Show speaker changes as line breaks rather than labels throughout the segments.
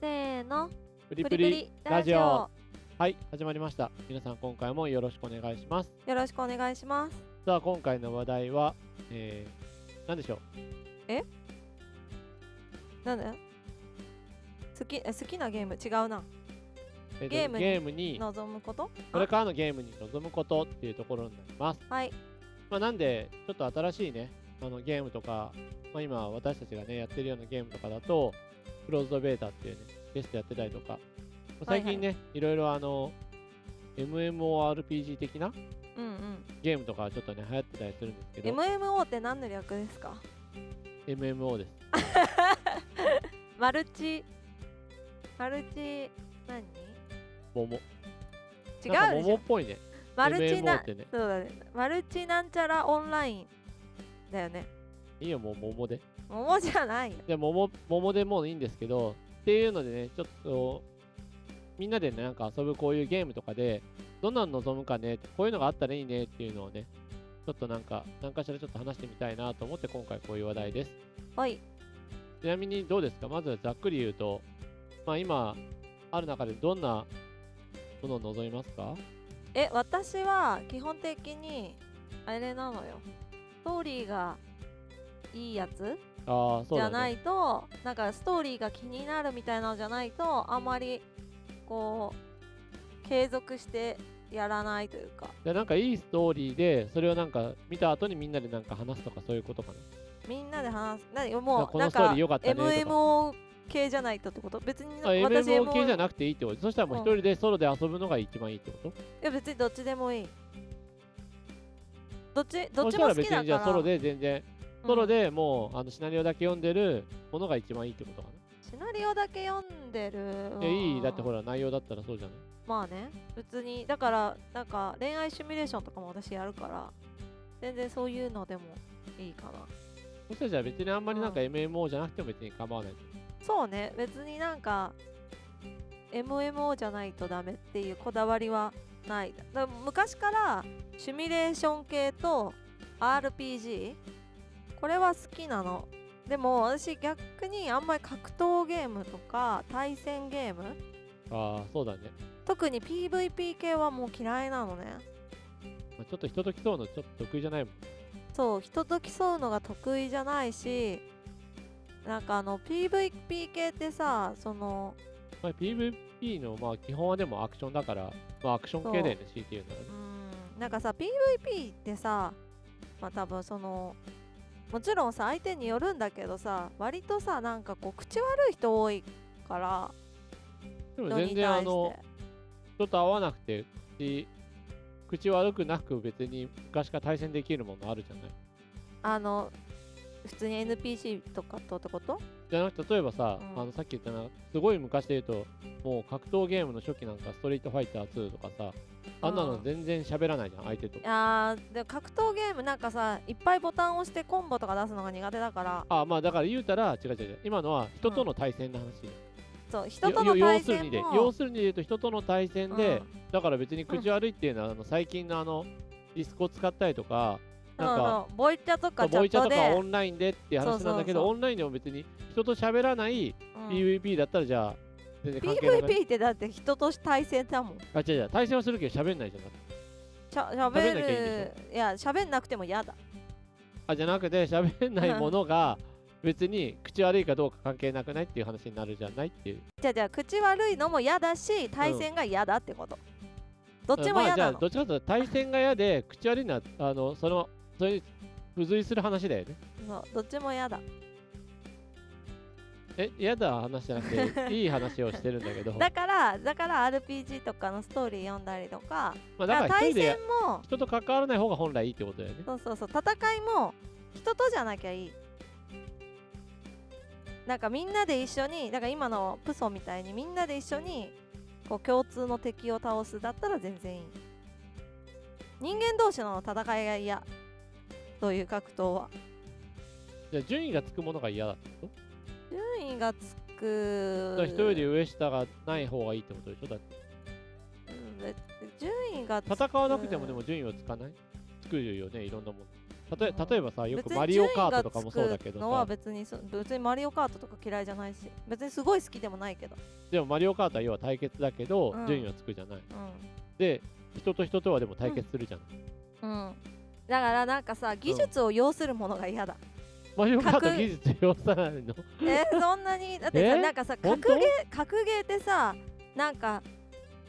せーのプ
プリプリラジオ
ラ
はい始まりました皆さん今回もよろしくお願いします
ジオよろしくお願いします
さあ今回の話題は、えー、何でしょう
なんだ好きえ好きなゲーム違うな
えーと
ゲームに
ゲームに
望むこと
これからのゲームに臨むことっていうところになります
あはい
まあ、なんで、ちょっと新しいね、あのゲームとか、まあ、今私たちがね、やってるようなゲームとかだと、クローズドベータっていうね、ゲストやってたりとか、まあ
はいはい
最近ね、いろいろあの、MMORPG 的な
うんうん
ゲームとかちょっとね、流行ってたりするんですけど、
MMO って何の略ですか
MMO です。
マルチマルチ何
桃。なん
違
か
うでし
桃っ
ょ
ぽいね。
マルチ
MMO
な
ってね、
そうだねマルチなんちゃらオンラインだよね
いいよ、もう桃で。
桃じゃないよ
で、桃、桃でもういいんですけど、っていうのでね、ちょっと、みんなでね、なんか遊ぶこういうゲームとかで、どんなの望むかね、こういうのがあったらいいねっていうのをね、ちょっとなんか、何かしらちょっと話してみたいなと思って、今回こういう話題です。
はい
ちなみにどうですかまずはざっくり言うと、まあ今、ある中でどんなものを望みますか
え私は基本的にあれなのよストーリーがいいやつ、
ああ、
じ
そうだ、ね、
ゃないとなんかストーリーが気になるみたいなのじゃないとあんまりこう継続してやらないというか
でなんかいいストーリーで、それをなんか見た後にみんなでなんか話すとかそういうことかな。
みんなで話す何
じゃあ
もう
こ
な
の
ん
ストー
か
リー良かったねとか
MMO 系じゃないとってこと別に
あ
私
MMO 系
MMO
じゃなくていいってことそしたらもう一人でソロで遊ぶのが一番いいってこと
いや別にどっちでもいいどっちど
そ
っ
し
ち
た
も
ら
好
別
きだから
にじゃあソロで全然、
うん
ソロでもうあのシナリオだけ読んでるものが一番いいってことか
シナリオだけ読んでる
な。いやいい、だって
わ
ほら内容だったらそうじゃない。
まあね普通にだからなんか恋愛シミュレーションとかも私やるから全然そういうのでもいいかな
そしたらじゃあ別にあんまりなんか
う
MMO じゃなくても別に構わない。
そうね別になんか MMO じゃないとダメっていうこだわりはないだ昔からシミュレーション系と RPG これは好きなのでも私逆にあんまり格闘ゲームとか対戦ゲーム
ああ、そうだね。
特に PVP 系はもう嫌いなのね
まあ、ちょっと人と競うのちょっと得意じゃないもん。
そう人と競うのが得意じゃないしなんかあの PVP 系ってさその
まあ、PVP のまあ基本はでもアクションだから、まあアクション系だよね、強いて言うならね
う。ーんなんかさ PVP ってさまあ多分そのもちろんさ相手によるんだけどさ割とさなんかこう口悪い人多いから
でも
人に
全然あ
対
の
し、
人と合わなくて、口口悪くなく別に昔から対戦できるものあるじゃない。
あの普通に NPC とかとってこと
じゃなくて、例えばさ、
うん
あのさっき言ったな、すごい昔で言うと、もう格闘ゲームの初期なんか、ストリートファイター2とかさ、あんなの全然喋らないじゃん、相手と。
あーで格闘ゲームなんかさいっぱいボタン押してコンボとか出すのが苦手だから
あまあだから言うたら、違う違う違う、今のは人との対戦の話。
そう人
よ
との
よ
対
要する
戦
に
も
で、要するに言うと、人との対戦で、
うん
だから別に口悪いっていうのは、あの最近のあの、ディスコ使ったりとか、なんか、
あのボイチャとかチャ
ボ
ッ
イチャ
ト
と
で
かオンラインでっていう話なんだけど
そうそうそう
オンラインでも別に人と喋らない
うん
PVP だったらじゃあ全然関係なくない
PVP ってだって人と対戦だもん
あ違う違う対戦はするけど喋んないじゃんだって
しゃしゃ
喋
べ
んなきゃいいんで
るいやしゃべんなくても嫌だ
あじゃなくて喋んないものが別に口悪いかどうか関係なくないっていう話になるじゃないっていう
じゃあじゃあ口悪いのも嫌だし対戦が嫌だってこと、どっちも
ま
嫌
あじゃ
な
あ
の、
どっちかというと対戦が嫌で口悪いのはあのそのそれに付随する話だよね
そうどっちも嫌だ
え嫌だ話じゃなく ていい話をしてるんだけど
だからだから RPG とかのストーリー読んだりとか
まあだから一
対
人
戦
で
も
人と関わらない方が本来いいってことだよね
そうそうそう戦いも人とじゃなきゃいいなんかみんなで一緒になんか今のプソみたいにみんなで一緒にこう共通の敵を倒すだったら全然いい人間同士の戦いが嫌という格闘は
じゃあ順位がつくものが嫌だってこと
順位がつ
だ
く
から人より上下がない方がいいってことでしょだって
うん別順位がつく
戦わなくてもでも順位はつかないつくよねいろんなもん例え
うん
例えばさ、よく
別
マ
に
リ
順
オ
位
カー
が
トとかもそうだけ
つく
ど
のは
さ、
別にそ別にマリオカートとか嫌いじゃないし別にすごい好きでもないけど、
でもマリオカートは要は対決だけど
うん、
順位はつくじゃない。
う
で、人と人とはでも対決するじゃん。
んうん、だからなんかさ技術を要するものが嫌だ、
マリオカート
格
技術要さないの
えーそんな にだってさ
えー
なんかさ
本
格
当
ゲー格ゲーってさなんか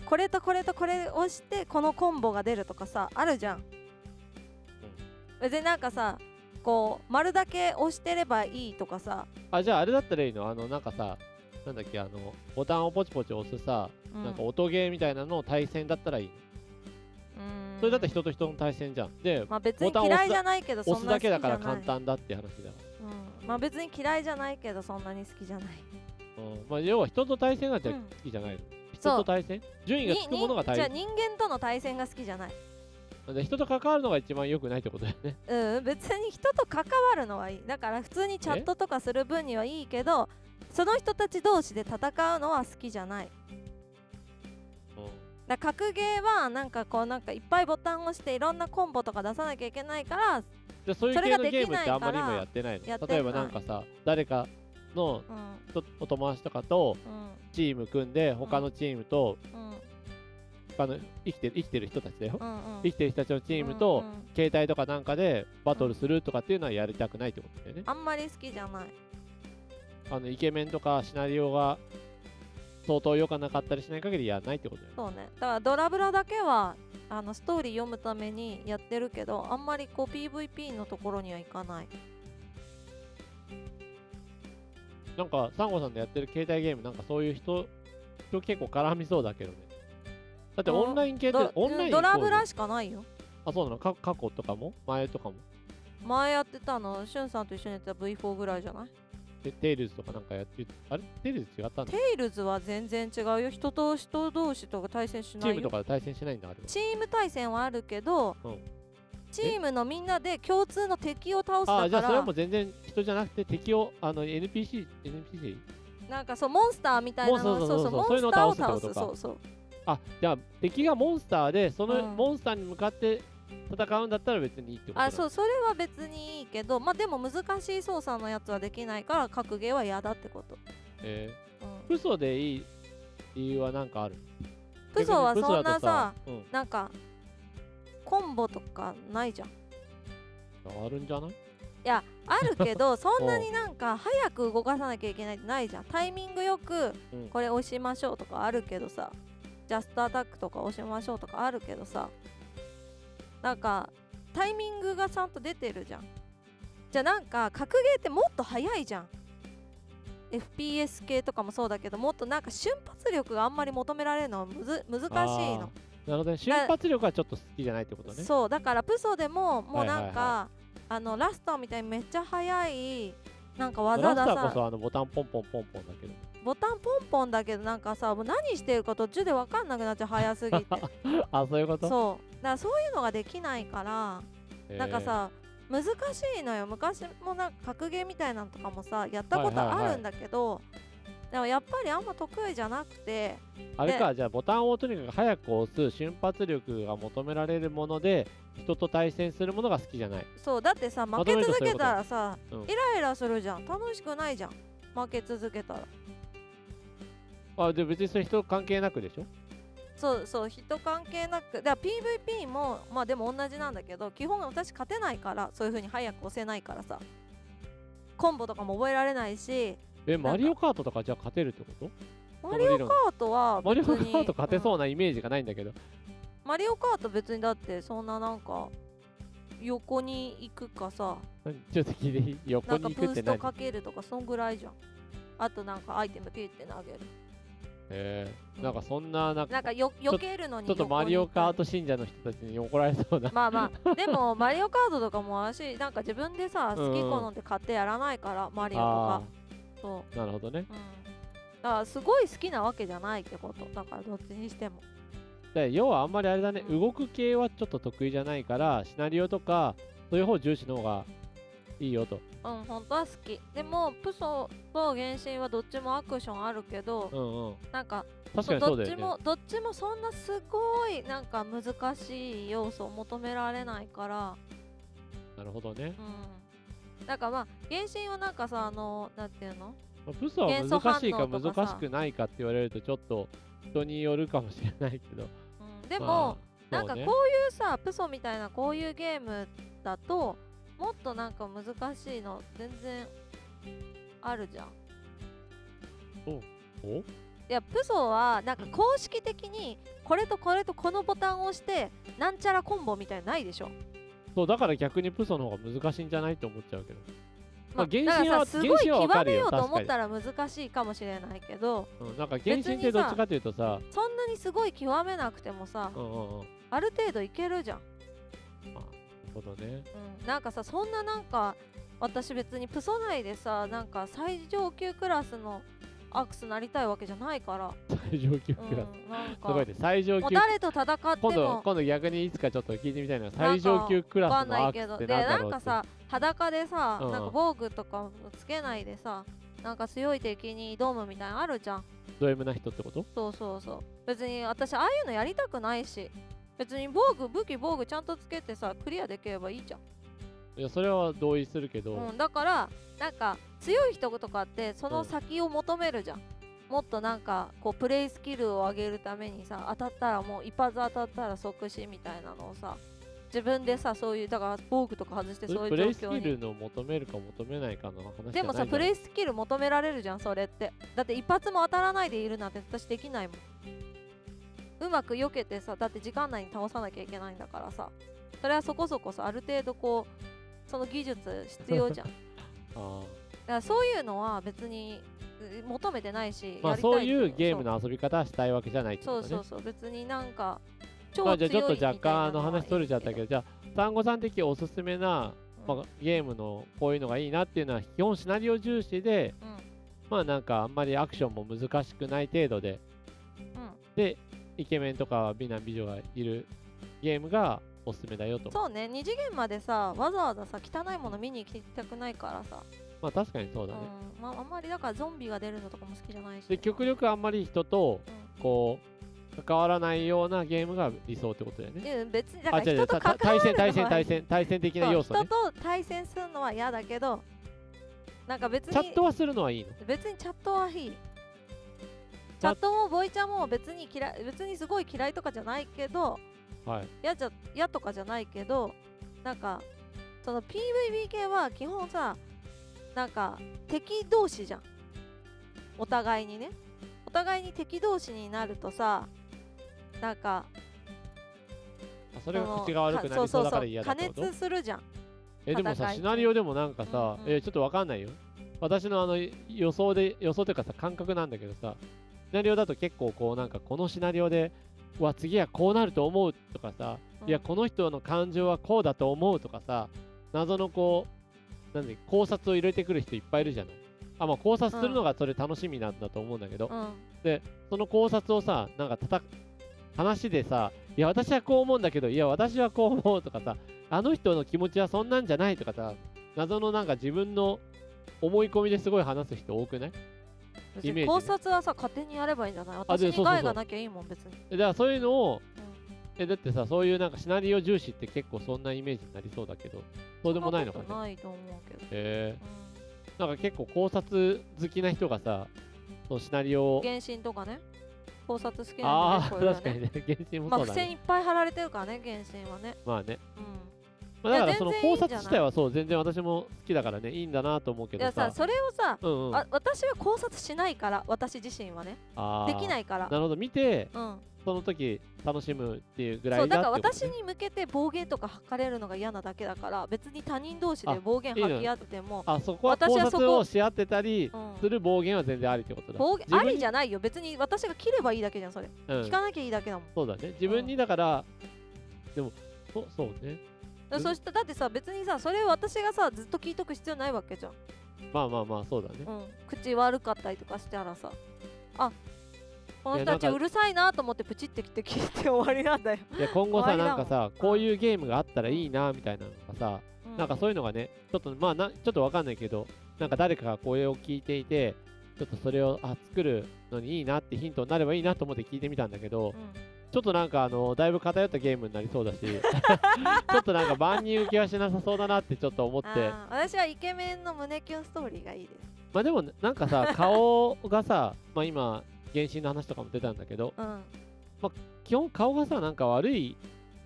これとこれとこれをしてこのコンボが出るとかさあるじゃん別になんかさこう丸だけ押してればいいとかさ、
あ、じゃああれだったらいいのあの、なんかさ、なんだっけ、あの、ボタンをポチポチ押すさ、
うん
なんか音ゲーみたいなのを対戦だったらいいの。
うん
それだって人と人の対戦じゃん。で、
まあ別に
ボタン押
嫌
す
いじゃないけどそ
押
ん
す
な
だ
好きじ
け
ゃな
だ
い
から簡単だって話だよ。
うん、まあ別に嫌いじゃないけどそんなに好きじゃない
うんまあ、要は人と対戦なんて
う
好
ん
きじゃないの。
そう
人と対戦順位がつくものが
に
対
にじゃあ人間との対戦が好きじゃない
で人と関わるのが一番良くないってことだよね。
うん別に人と関わるのはいいだから普通にチャットとかする分にはいいけどその人たち同士で戦うのは好きじゃないだから格ゲーはなんかこうなんかいっぱいボタンを押していろんなコンボとか出さなきゃいけないから、
でそうい
そうれ
系
が
のゲームってあんま
できないか
り今
ら
やってないの
やってない
例えばなんかさ、誰かの
うん
人お友達とかと
う
チーム組んで、他のチームと、
んうん
他の生きてる生きてる人たちだよ。
うんうん、
生きてる人たちのチームと
うん、うん
携帯とかなんかでバトルするとかっていうのはやりたくないってことだよね。
あんまり好きじゃない
あのイケメンとかシナリオが相当良くなかったりしない限りやらないってことだよね。
そうねだからドラブラだけはあのストーリー読むためにやってるけどあんまりこう PVP のところにはいかない
なんか、サンゴさんのやってる携帯ゲーム、なんかそういう人、人結構絡みそうだけどね。だって
あ
オンライン系って
ド、
オンラインイコー
ド
ル
ラブラしかないよ
あ、そうなのか過去とかも前とかも
前やってたのしゅんさんと一緒にやってた V4 ぐらいじゃない
でテイルズとかなんかやって、あれテイルズ違ったんだ
テイルズは全然違うよ人と人同士とか対戦し
チ
な
ー
いよ
ムとかで対戦しないんだ、あれは。
チーム対戦はあるけど、
うん
チームのみんなで共通の敵を倒す
あ
だ
ー、じゃあ
か
それは
ら
もう全然人じゃなくて敵を、あの、NPC、NPC?
なんかそうモンスターみたいなの
もう
そ
そうう
そ
そうう
モ
そうそう
ン
いう
ス
のを
ターを
倒すって
倒
こ
す
と
そうそ
か
う
あ、じゃあ敵がモンスターで、その
うん
モンスターに向かって戦うんだったら別にいいってことだ
あそうそれは別にいいけどまあでも難しい操作のやつはできないから格ゲーは嫌だってこと、
え
うん
ー、嘘でいい理由はなんかある
プソはそんなさ、
逆にプソだと
なんかコンボとかないじゃんい
うん、あるんじゃない
やあるけ どそんなになんか早く動かさなきゃいけないってないじゃんタイミングよく
うん
これ押しましょうとかあるけどさジャストアタックとか押しましょうとかあるけどさなんかタイミングがちゃんと出てるじゃんじゃあなんか格ゲーってもっと早いじゃん FPS 系とかもそうだけどもっとなんか瞬発力があんまり求められるのはむず難しいの
あー。なるほどね。瞬発力はちょっと好きじゃないってことね。
そうだからプソでももうなんか、
はい
あのラストみたいにめっちゃ速いなんか
ラ
技
ス
だ
ターこ
さ
そあのボタンポンポンポンポンだけど。
ボタンポンポンだけどなんかさもう何してるか途中で分かんなくなっちゃう速すぎて
あ、そういうこと
そうだからそういうのができないから、
へー
なんかさ難しいのよ昔もなんか格ゲーみたいなのとかもさやったことあるんだけど、でもやっぱりあんま得意じゃなくて
あれか、じゃあボタンをとにかく早く押す瞬発力が求められるもので、人と対戦するものが好きじゃない。
そうだってさ負け
まとめると
続
そうい
け
うこと
たらさ
うん
イライラするじゃん楽しくないじゃん負け続けたら
あ、で別にそれ人関係なくでしょ
そうそう人関係なくだから PVP もまあでも同じなんだけど基本私勝てないからそういう風に早く押せないからさコンボとかも覚えられないし
え、
んか
マリオカートとかじゃあ勝てるってこと
マリオカ
カー
ートは
マリオ
別
カ
に
ート勝て
うん
そうなイメージがないんだけど。
マリオカート別にだってそんななんか横に行くかさ
ちょっと聞いていい横
なん
に
かブ
行くっ
ー
て
スト
何
かけるとかそんぐらいじゃんあとなんかアイテムピュって投げる
えー、なんかそんな、なんか
なんかよ避けるのに
ちょっとマリオカート信者の人たちに怒られそうな。
まあまあでもマリオカードとかも私なんか自分でさ
うん
好き好んで買ってやらないから、マリオとか
あ
そ
あー、なるほど
う、
ね。
うん、だからすごい好きなわけじゃないってことだからどっちにしても
で要はあんまりあれだね、
うん
動く系はちょっと得意じゃないから、シナリオとか、そういう方重視の方がいいよと。
うん本当は好きでもプソと原神はどっちもアクションあるけど
うんうん。
なんか
確かにそうだ
ど
よね。
っちもどっちもそんなすごいなんか難しい要素を求められないから
なるほどね。
うんなんかまあ原神はなんかさあのなんていうの
まあ、ブスは
元素反応
難しいか
とか
難
さ
しくないかって言われるとちょっと人によるかもしれないけど。
うんでも、
ま
な
あ
んか
そうね
こういうさプソみたいなこういうゲームだともっとなんか難しいの全然あるじゃん
お
いやプソはなんか公式的にこれとこれとこのボタンを押してなんちゃらコンボみたいなのないでしょ
そうだから逆にプソの方が難しいんじゃないと思っちゃうけど。まあ原神
だから
は
さすごい
原神はわか
極
る
め
よ
ようと思ったら難しいかもしれないけど
うん、なんか原神ってどっちかというとさ、
そんなにすごい極めなくてもさ
うんうんうん。
ある程度いけるじゃん、
まあ、なるほどね。
うん、なんかさそんななんか私別にプソ内でさなんか最上級クラスのアクスなりたいわけじゃないから、
最上級ク
う
ラ
ん
ス。す、
なんか
ごいね。最上
もう
級。
誰と戦って
今度
も
今度逆にいつかちょっと聞いてみたいな。
か
最上級ク
わか
ラス
ん
の
な
ア
い
ー
け
クっ
ど
て
で
なんだ
な
ろうんって
かさ裸でさ、
うんうん
なんか防具とかつけないでさなんか強い敵に挑むみたいなのあるじゃん
ド M な人ってこと
そうそうそう別に私ああいうのやりたくないし別に防具武器防具ちゃんとつけてさクリアできればいいじゃん
いやそれは同意するけど、
うん、だからなんか強い人とかってそうの
ん
先を求めるじゃん、もっとなんかこうプレイスキルを上げるためにさ当たったらもう一発当たったら即死みたいなのをさ自分でさそういうだから防具とか外して
それ
そう
プレ
いう
イスキ
状況に
ルの求めるか求めないかの話じゃない
でもさプ
イ
レイスキル求められるじゃんそれってだって一発も当たらないでいるなんて私できないもんうまく避けてさだって時間内に倒さなきゃいけないんだからさそれはそこそこさある程度こうその技術必要じ ゃん
あー
だからそういうのは別にえ求めてないし、
ま
や
あ
りた
そういうゲーム
な
の遊び方はしたいわけじゃないって
そ
こ
う
と
そ
ね
うそう別になんか超
ま
強
あ
い
じゃ
み
あち
たいな
ょっと若干あの話取れちゃったけ
ど、
どじゃあ単語さん的おすすめな、
う
ま
ん
あ、ゲームのこういうのがいいなっていうのは基本シナリオ重視で
うん
まあなんかあんまりアクションも難しくない程度で
うん
でイケメンとか美男美女がいるゲームがおすすめだよと
そうね2次元までさわざわざさ汚いもの見に行きたくないからさ、
まあ確かにそうだね、
うんまあ、あんまりだからゾンビが出るのとかも好きじゃないし
で極力あんまり人と
う
こう関わらないようなゲームが理想ってことだよね
んで別にだか
あ、
ら
違う違
人
う、
と
た
関
た
わ
対
る
戦、
の
対戦、
は
対戦、対戦的な
そう
要素
人
ね。
と対戦するのは嫌だけどなんか別に
チャットはするのはいいの。
別にチャットはいいチャットもボイちゃんも別に嫌い別にすごい嫌いとかじゃないけど
はい。
嫌じゃ嫌とかじゃないけどなんかその PVB 系は基本さなんか敵同士じゃんお互いにねお互いに敵同士になるとさなんか
あそれが
の
口が悪くなりそうだから嫌だ
加
ってこと
熱するじゃん
え、でもさ、
戦い
シナリオでもなんかさ
う、んうん
えー、ちょっとわかんないよ。私のあの予想で、予想というかさ、感覚なんだけどさ、シナリオだと結構こう、なんかこのシナリオで、うわ、次はこうなると思うとかさ、
うん
いや、この人の感情はこうだと思うとかさ、謎のこう、なんで、考察を入れてくる人いっぱいいるじゃない。あ、まあ考察するのがそれ楽しみなんだと思うんだけど、
うん
その考察をさ、なんかたた話でさ、いや、私はこう思うんだけど、いや、私はこう思うとかさ、あの人の気持ちはそんなんじゃないとかさ、謎のなんか自分の思い込みですごい話す人多くない
別
イメージね
に考察はさ勝手にやればいいんじゃない私
でそうそうそ
に
う
害がなきゃいいもん別に
えだからそういうのを、えだってさ、そういうなんかシナリオ重視って結構そんなイメージになりそうだけど、そうでもないのか
そん
ね
こと。ないと思うけど、うん
へえなんか結構考察好きな人がさ、そのシナリオを。
原神とかね考察好きな
ああ
人結構い
ー、
るよ
確かに
ね
ね。原神も
まあ
そう
付
だ
箋
ね。
いっぱい貼られてるからね原神はね
まあね。
う
まあ、だから
いや
その
全然いい
考
んじゃない
察自体はそう、全然私も好きだからね、いいんだなと思う
ん
け
い
ど
やさそれをさ、
うんうん、
あ私は考察しないから私自身はねできないいから
なるほど見て
うん
その時楽しむっていうぐら
そう
い
だ
だ
から
ってこと
私
ね、
に向けて暴言とか吐かれるのが嫌なだけだから別に他人同士
あ
で暴言
いいの
吐き合ってても
あそこは
私
考
はそこ
察をし合ってたり
うん
する暴言は全然ありってことだ
暴言
自
あ
分に
りじゃないよ別に私が切ればいいだけじゃんそれ、
うん
聞かなきゃいいだけだもん
そうだね自分にだから、でもそそうね
だからそしてだってさ別にさそれを私がさずっと聞いとく必要ないわけじゃん
まあまあまあそうだね
うん、口悪かったりとかしたらさあこの人
いやな
た
ん
ち
か
うるさいなと思ってプチってきて聞いて終わりなんだよ、
いや今後さ
終わり
な
だ
ん
も
か
ん
さこういうゲームがあったらいいなみたいなのがさ、
うん
なんかそういうのがねちょっとまあなちょっとわかんないけどなんか誰かがこれを聞いていてちょっとそれをあ作るのにいいなってヒントになればいいなと思って聞いてみたんだけど、
うん
ちょっとなんかあのだいぶ偏ったゲームになりそう だしちょっとなんか万人受けはしなさそうだなってちょっと思って
あー私はイケメンの胸キュンストーリーがいいです
まあでもなんかさ顔がさまあ今原神の話とかも出たんだけど
うん
基本顔がさなんか悪い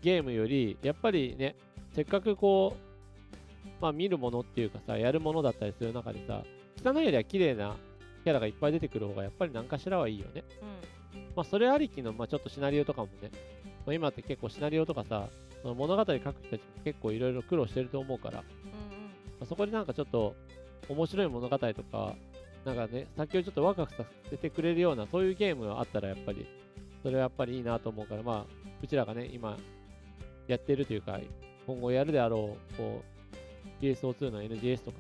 ゲームよりやっぱりねせっかくこうまあ見るものっていうかさやるものだったりする中でさ汚いよりは綺麗なキャラがいっぱい出てくる方がやっぱり何かしらはいいよねまあ、それありきの、まあ、ちょっとシナリオとかもね、まあ、今って結構シナリオとかさ、その物語書く人たちも結構いろいろ苦労してると思うから、ま
う
あ、そこでなんかちょっと面白い物語とか、なんかね、先をちょっとワクワクさせてくれるような、そういうゲームがあったらやっぱり、それはやっぱりいいなと思うから、まあ、うちらがね、今やってるというか、今後やるであろう、こう、GSO2 の NGS とか、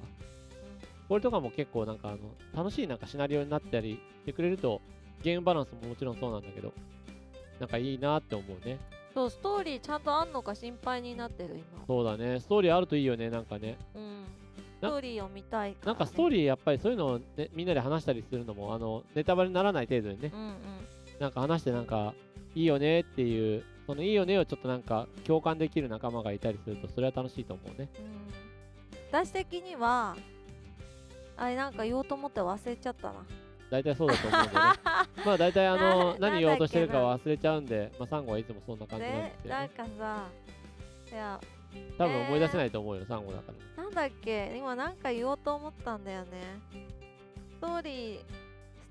これとかも結構なんかあの楽しいなんかシナリオになったりしてくれるとゲームバランスももちろんそうなんだけどなんかいいなって思うね
んそうストーリーちゃんとあんのか心配になってる今、
そうだねストーリーあるといいよねなんかね
うん、ス
な
トーリーを見たいから、ね、
なんかストー
リ
リーやっぱりそういうのを、ね、みんなで話したりするのもあのネタバレにならない程度にね
ーうんうん
なんか話してなんかいいよねっていうそのいいよねをちょっとなんか共感できる仲間がいたりするとそれは楽しいと思うね
うん私的にはあれなんか言おうと思って忘れちゃったな
大体そうだと 思うんでねまあ大体あの
な
何言おうとしてるか忘れちゃうんでまあサンゴはいつもそんな感じなんで
ね
すけど、
なん
ね、
かさいや
多分思い出せないと思うよサンゴだから
なんだっけ今なんか言おうと思ったんだよねストーリース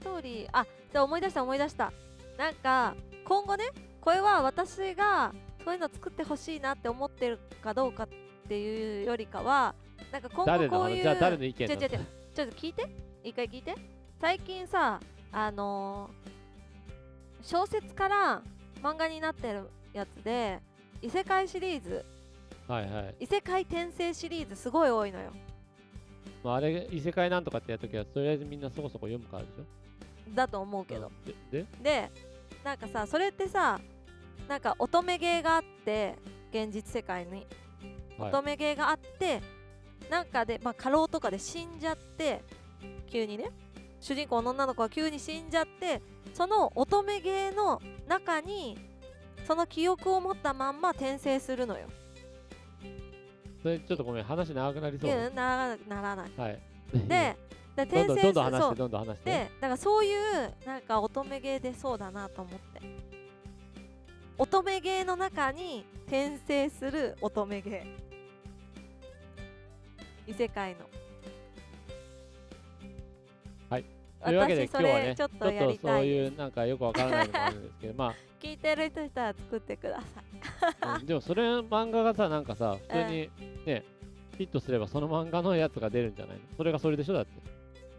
トーリーあじゃあ思い出した思い出したなんか今後ねこれは私がそういうの作ってほしいなって思ってるかどうかっていうよりかはなんか今
誰
後
の
こう
話
いう
じゃあ誰の意見
ち
な
ょ
の
ちょちょちょっと聞いて一回聞いて最近さあのー小説から漫画になってるやつで異世界シリーズ
はいはい、
異世界転生シリーズすごい多いのよ
まあ、あれ異世界なんとかってやっときはとりあえずみんなそこそこ読むからでしょ
だと思うけど
でで
でなんかさそれってさなんか乙女芸があって現実世界に
はい
乙女芸があって、なんかで、まあ、過労とかで死んじゃって急にね主人公の女の子が急に死んじゃってその乙女芸の中にその記憶を持ったまんま転生するのよ。
それちょっとごめん話長くなりそうう、
んならならない。
はい
でで
ど
転
んどん
生
ど
す
んどん
そ
話して
う
どんどん話して
でだからそういうなんか乙女芸でそうだなと思って乙女芸の中に転生する乙女芸異世界の
はいというわけで
私
今
そ
日はね
れ
ち
ち
ょ
ょ
っ
っ
と
とやり
そ
た
う
い
いうなんかよくわからないのもあるんですけどま
聞いてる人いたら作ってくださ
あ、うんでもそれ漫画がさなんかさ普通にね、ヒットすればその漫画のやつが出るんじゃないのそれがそれでしょだって
い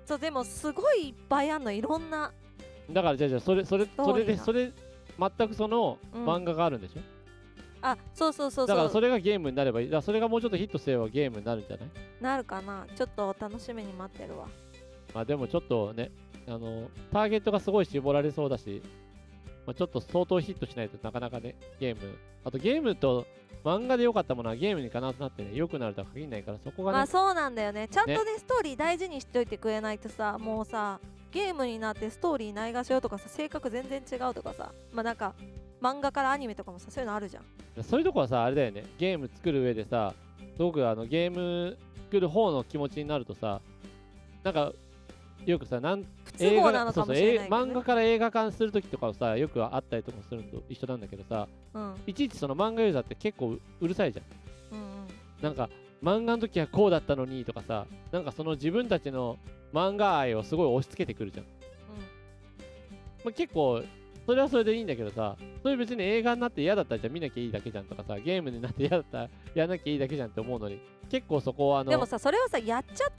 そうでもすごいいっぱいあんのいろんな
だからじゃあじゃあそれそれ
スト
そ
ー
れ
リー
で
が
それ全くその
うん
漫画があるんでしょ、
あそうそうそう
だ
そ
か
う
らそれがゲームになればいいだからそれがもうちょっとヒットすればゲームになるんじゃない
なるかなちょっと楽しみに待ってるわ
まあでもちょっとね、あの、ターゲットがすごい絞られそうだし、まあ、ちょっと相当ヒットしないとなかなかね、ゲーム。あとゲームと漫画で良かったものはゲームに必ずなってね、良くなるとは限らないから、そこがね、
まあそうなんだよねちゃんとね
ね
ストーリー大事にしといてくれないとさもうさゲームになってストーリーないがしろとかさ性格全然違うとかさまあなんか漫画からアニメとかもさそういうのあるじゃん
そういうとこはさ、あれだよね、ゲーム作る上でさ、すごくあのゲーム作る方の気持ちになるとさ、なんか、よくさ、なん
不都合なの
そ
かも
うそう、
しれ
え
ないけど、
漫
ね、
画から映画化するときとかをさ、よくあったりとかするのと一緒なんだけどさ、
うん
いちいちその漫画ユーザーって結構うるさいじゃん。
うんうん
なんか漫画の時はこうだったのにとかさなんかその自分たちの漫画愛をすごい押し付けてくるじゃん、まあ、結構それはそれでいいんだけどさそれ別に映画になって嫌だったらじゃあ見なきゃいいだけじゃんとかさゲームになって嫌だったら やんなきゃいいだけじゃんって思うのに結構そこはあ
うんでも
の
さそれをさやっちゃっ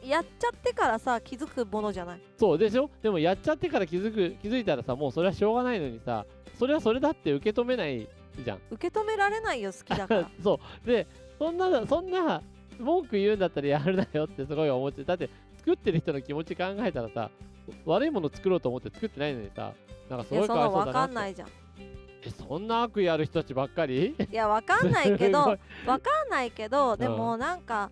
てやっちゃってからさ気づくものじゃない
そうでしょでもやっちゃってから気づく気づいたらさもうそれはしょうがないのにさそれはそれだって受け止めないじゃん
受け止められないよ好きだから
そうでそんなそんな文句言うんだったらやるなよってすごい思ってだって作ってる人の気持ち考えたらさ悪いもの作ろうと思って作ってないのにさなんかす
い
ご
や
いか
そんな
わ
い
そう
わ
だ
か
なん
ないじゃん
えそんな悪意ある人たちばっかり
いやわかんないけど
すご
わ
い
かんないけどでもなんか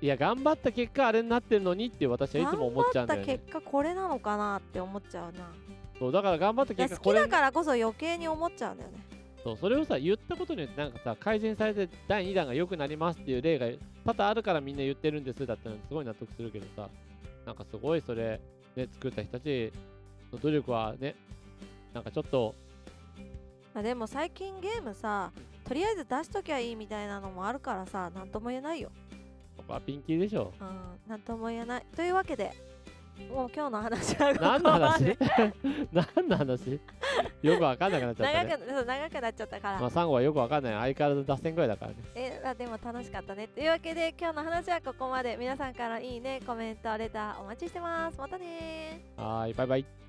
いや頑張った結果あれになってるのにって私はいつ
頑
も思っち
張
ゃう
っ
んだ
た
よね
結果これなのかなって思っちゃうな
そうだから頑張った
いや
結
好
果
き
これ
だからこそ余計に思っちゃうんだよね
そうそれをさ言ったことによってなんかさ改善されて第2弾が良くなりますっていう例が多々あるからみんな言ってるんですだったらすごい納得するけどさなんかすごいそれ、ね、作った人たちの努力はねなんかちょっと
まあでも最近ゲームさとりあえず出しときゃいいみたいなのもあるからさ何とも言えないよ
ここはピンキリでしょ
うん何とも言えないというわけでもう今日の話はここま
何の 話
で
何の話よくわかんなくなっちゃっ
長
た、ね、
くそう長くなっちゃったから、
まあサンゴはよくわかんない相変わらず脱線ぐらいだからね
えあでも楽しかったねというわけで今日の話はここまで皆さんからいいねコメントレターお待ちしてますまたねー
はーいバイバイ